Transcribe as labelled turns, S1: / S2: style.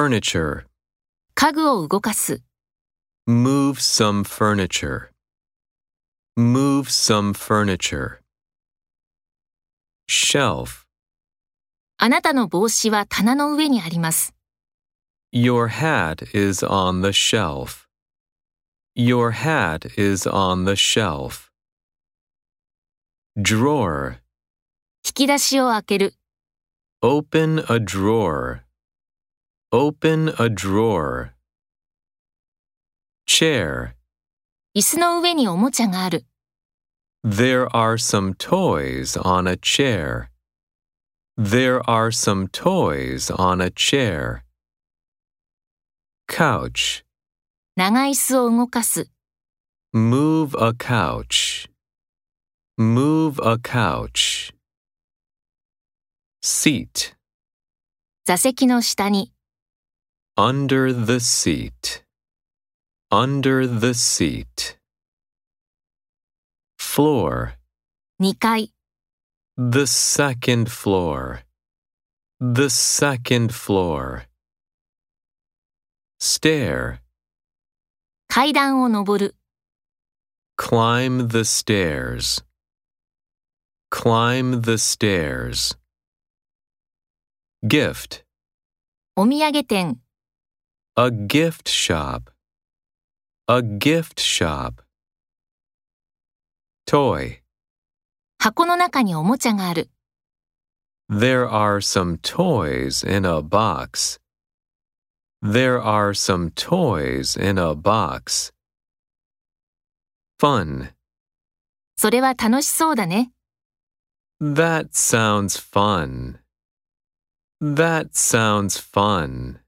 S1: Furniture.
S2: 家具を動かす、
S1: Move some furniture. Move some furniture. Shelf.
S2: あなたの帽子は棚の上にあります。
S1: Your hat is on the shelf. Your hat is on the shelf. Drawer.
S2: 引き出しを開ける、
S1: Open a drawer. Open a drawer. Chair.
S2: 椅子の上におもちゃがある、
S1: There are some toys on a chair. There are some toys on a chair. Couch.
S2: 長椅子を動かす、
S1: Move a couch. Move a couch. Seat.
S2: 座席の下に、
S1: Under the seat. Under the seat. Floor.
S2: 2階、
S1: The second floor. The second floor. Stair.
S2: 階段を上る、
S1: Climb the stairs. Climb the stairs. Gift.
S2: お土産店、
S1: A gift shop. A gift shop. Toy.
S2: 箱の中におもちゃがある、
S1: There are some toys in a box. There are some toys in a box. Fun.
S2: それは楽しそうだね。
S1: That sounds fun. That sounds fun.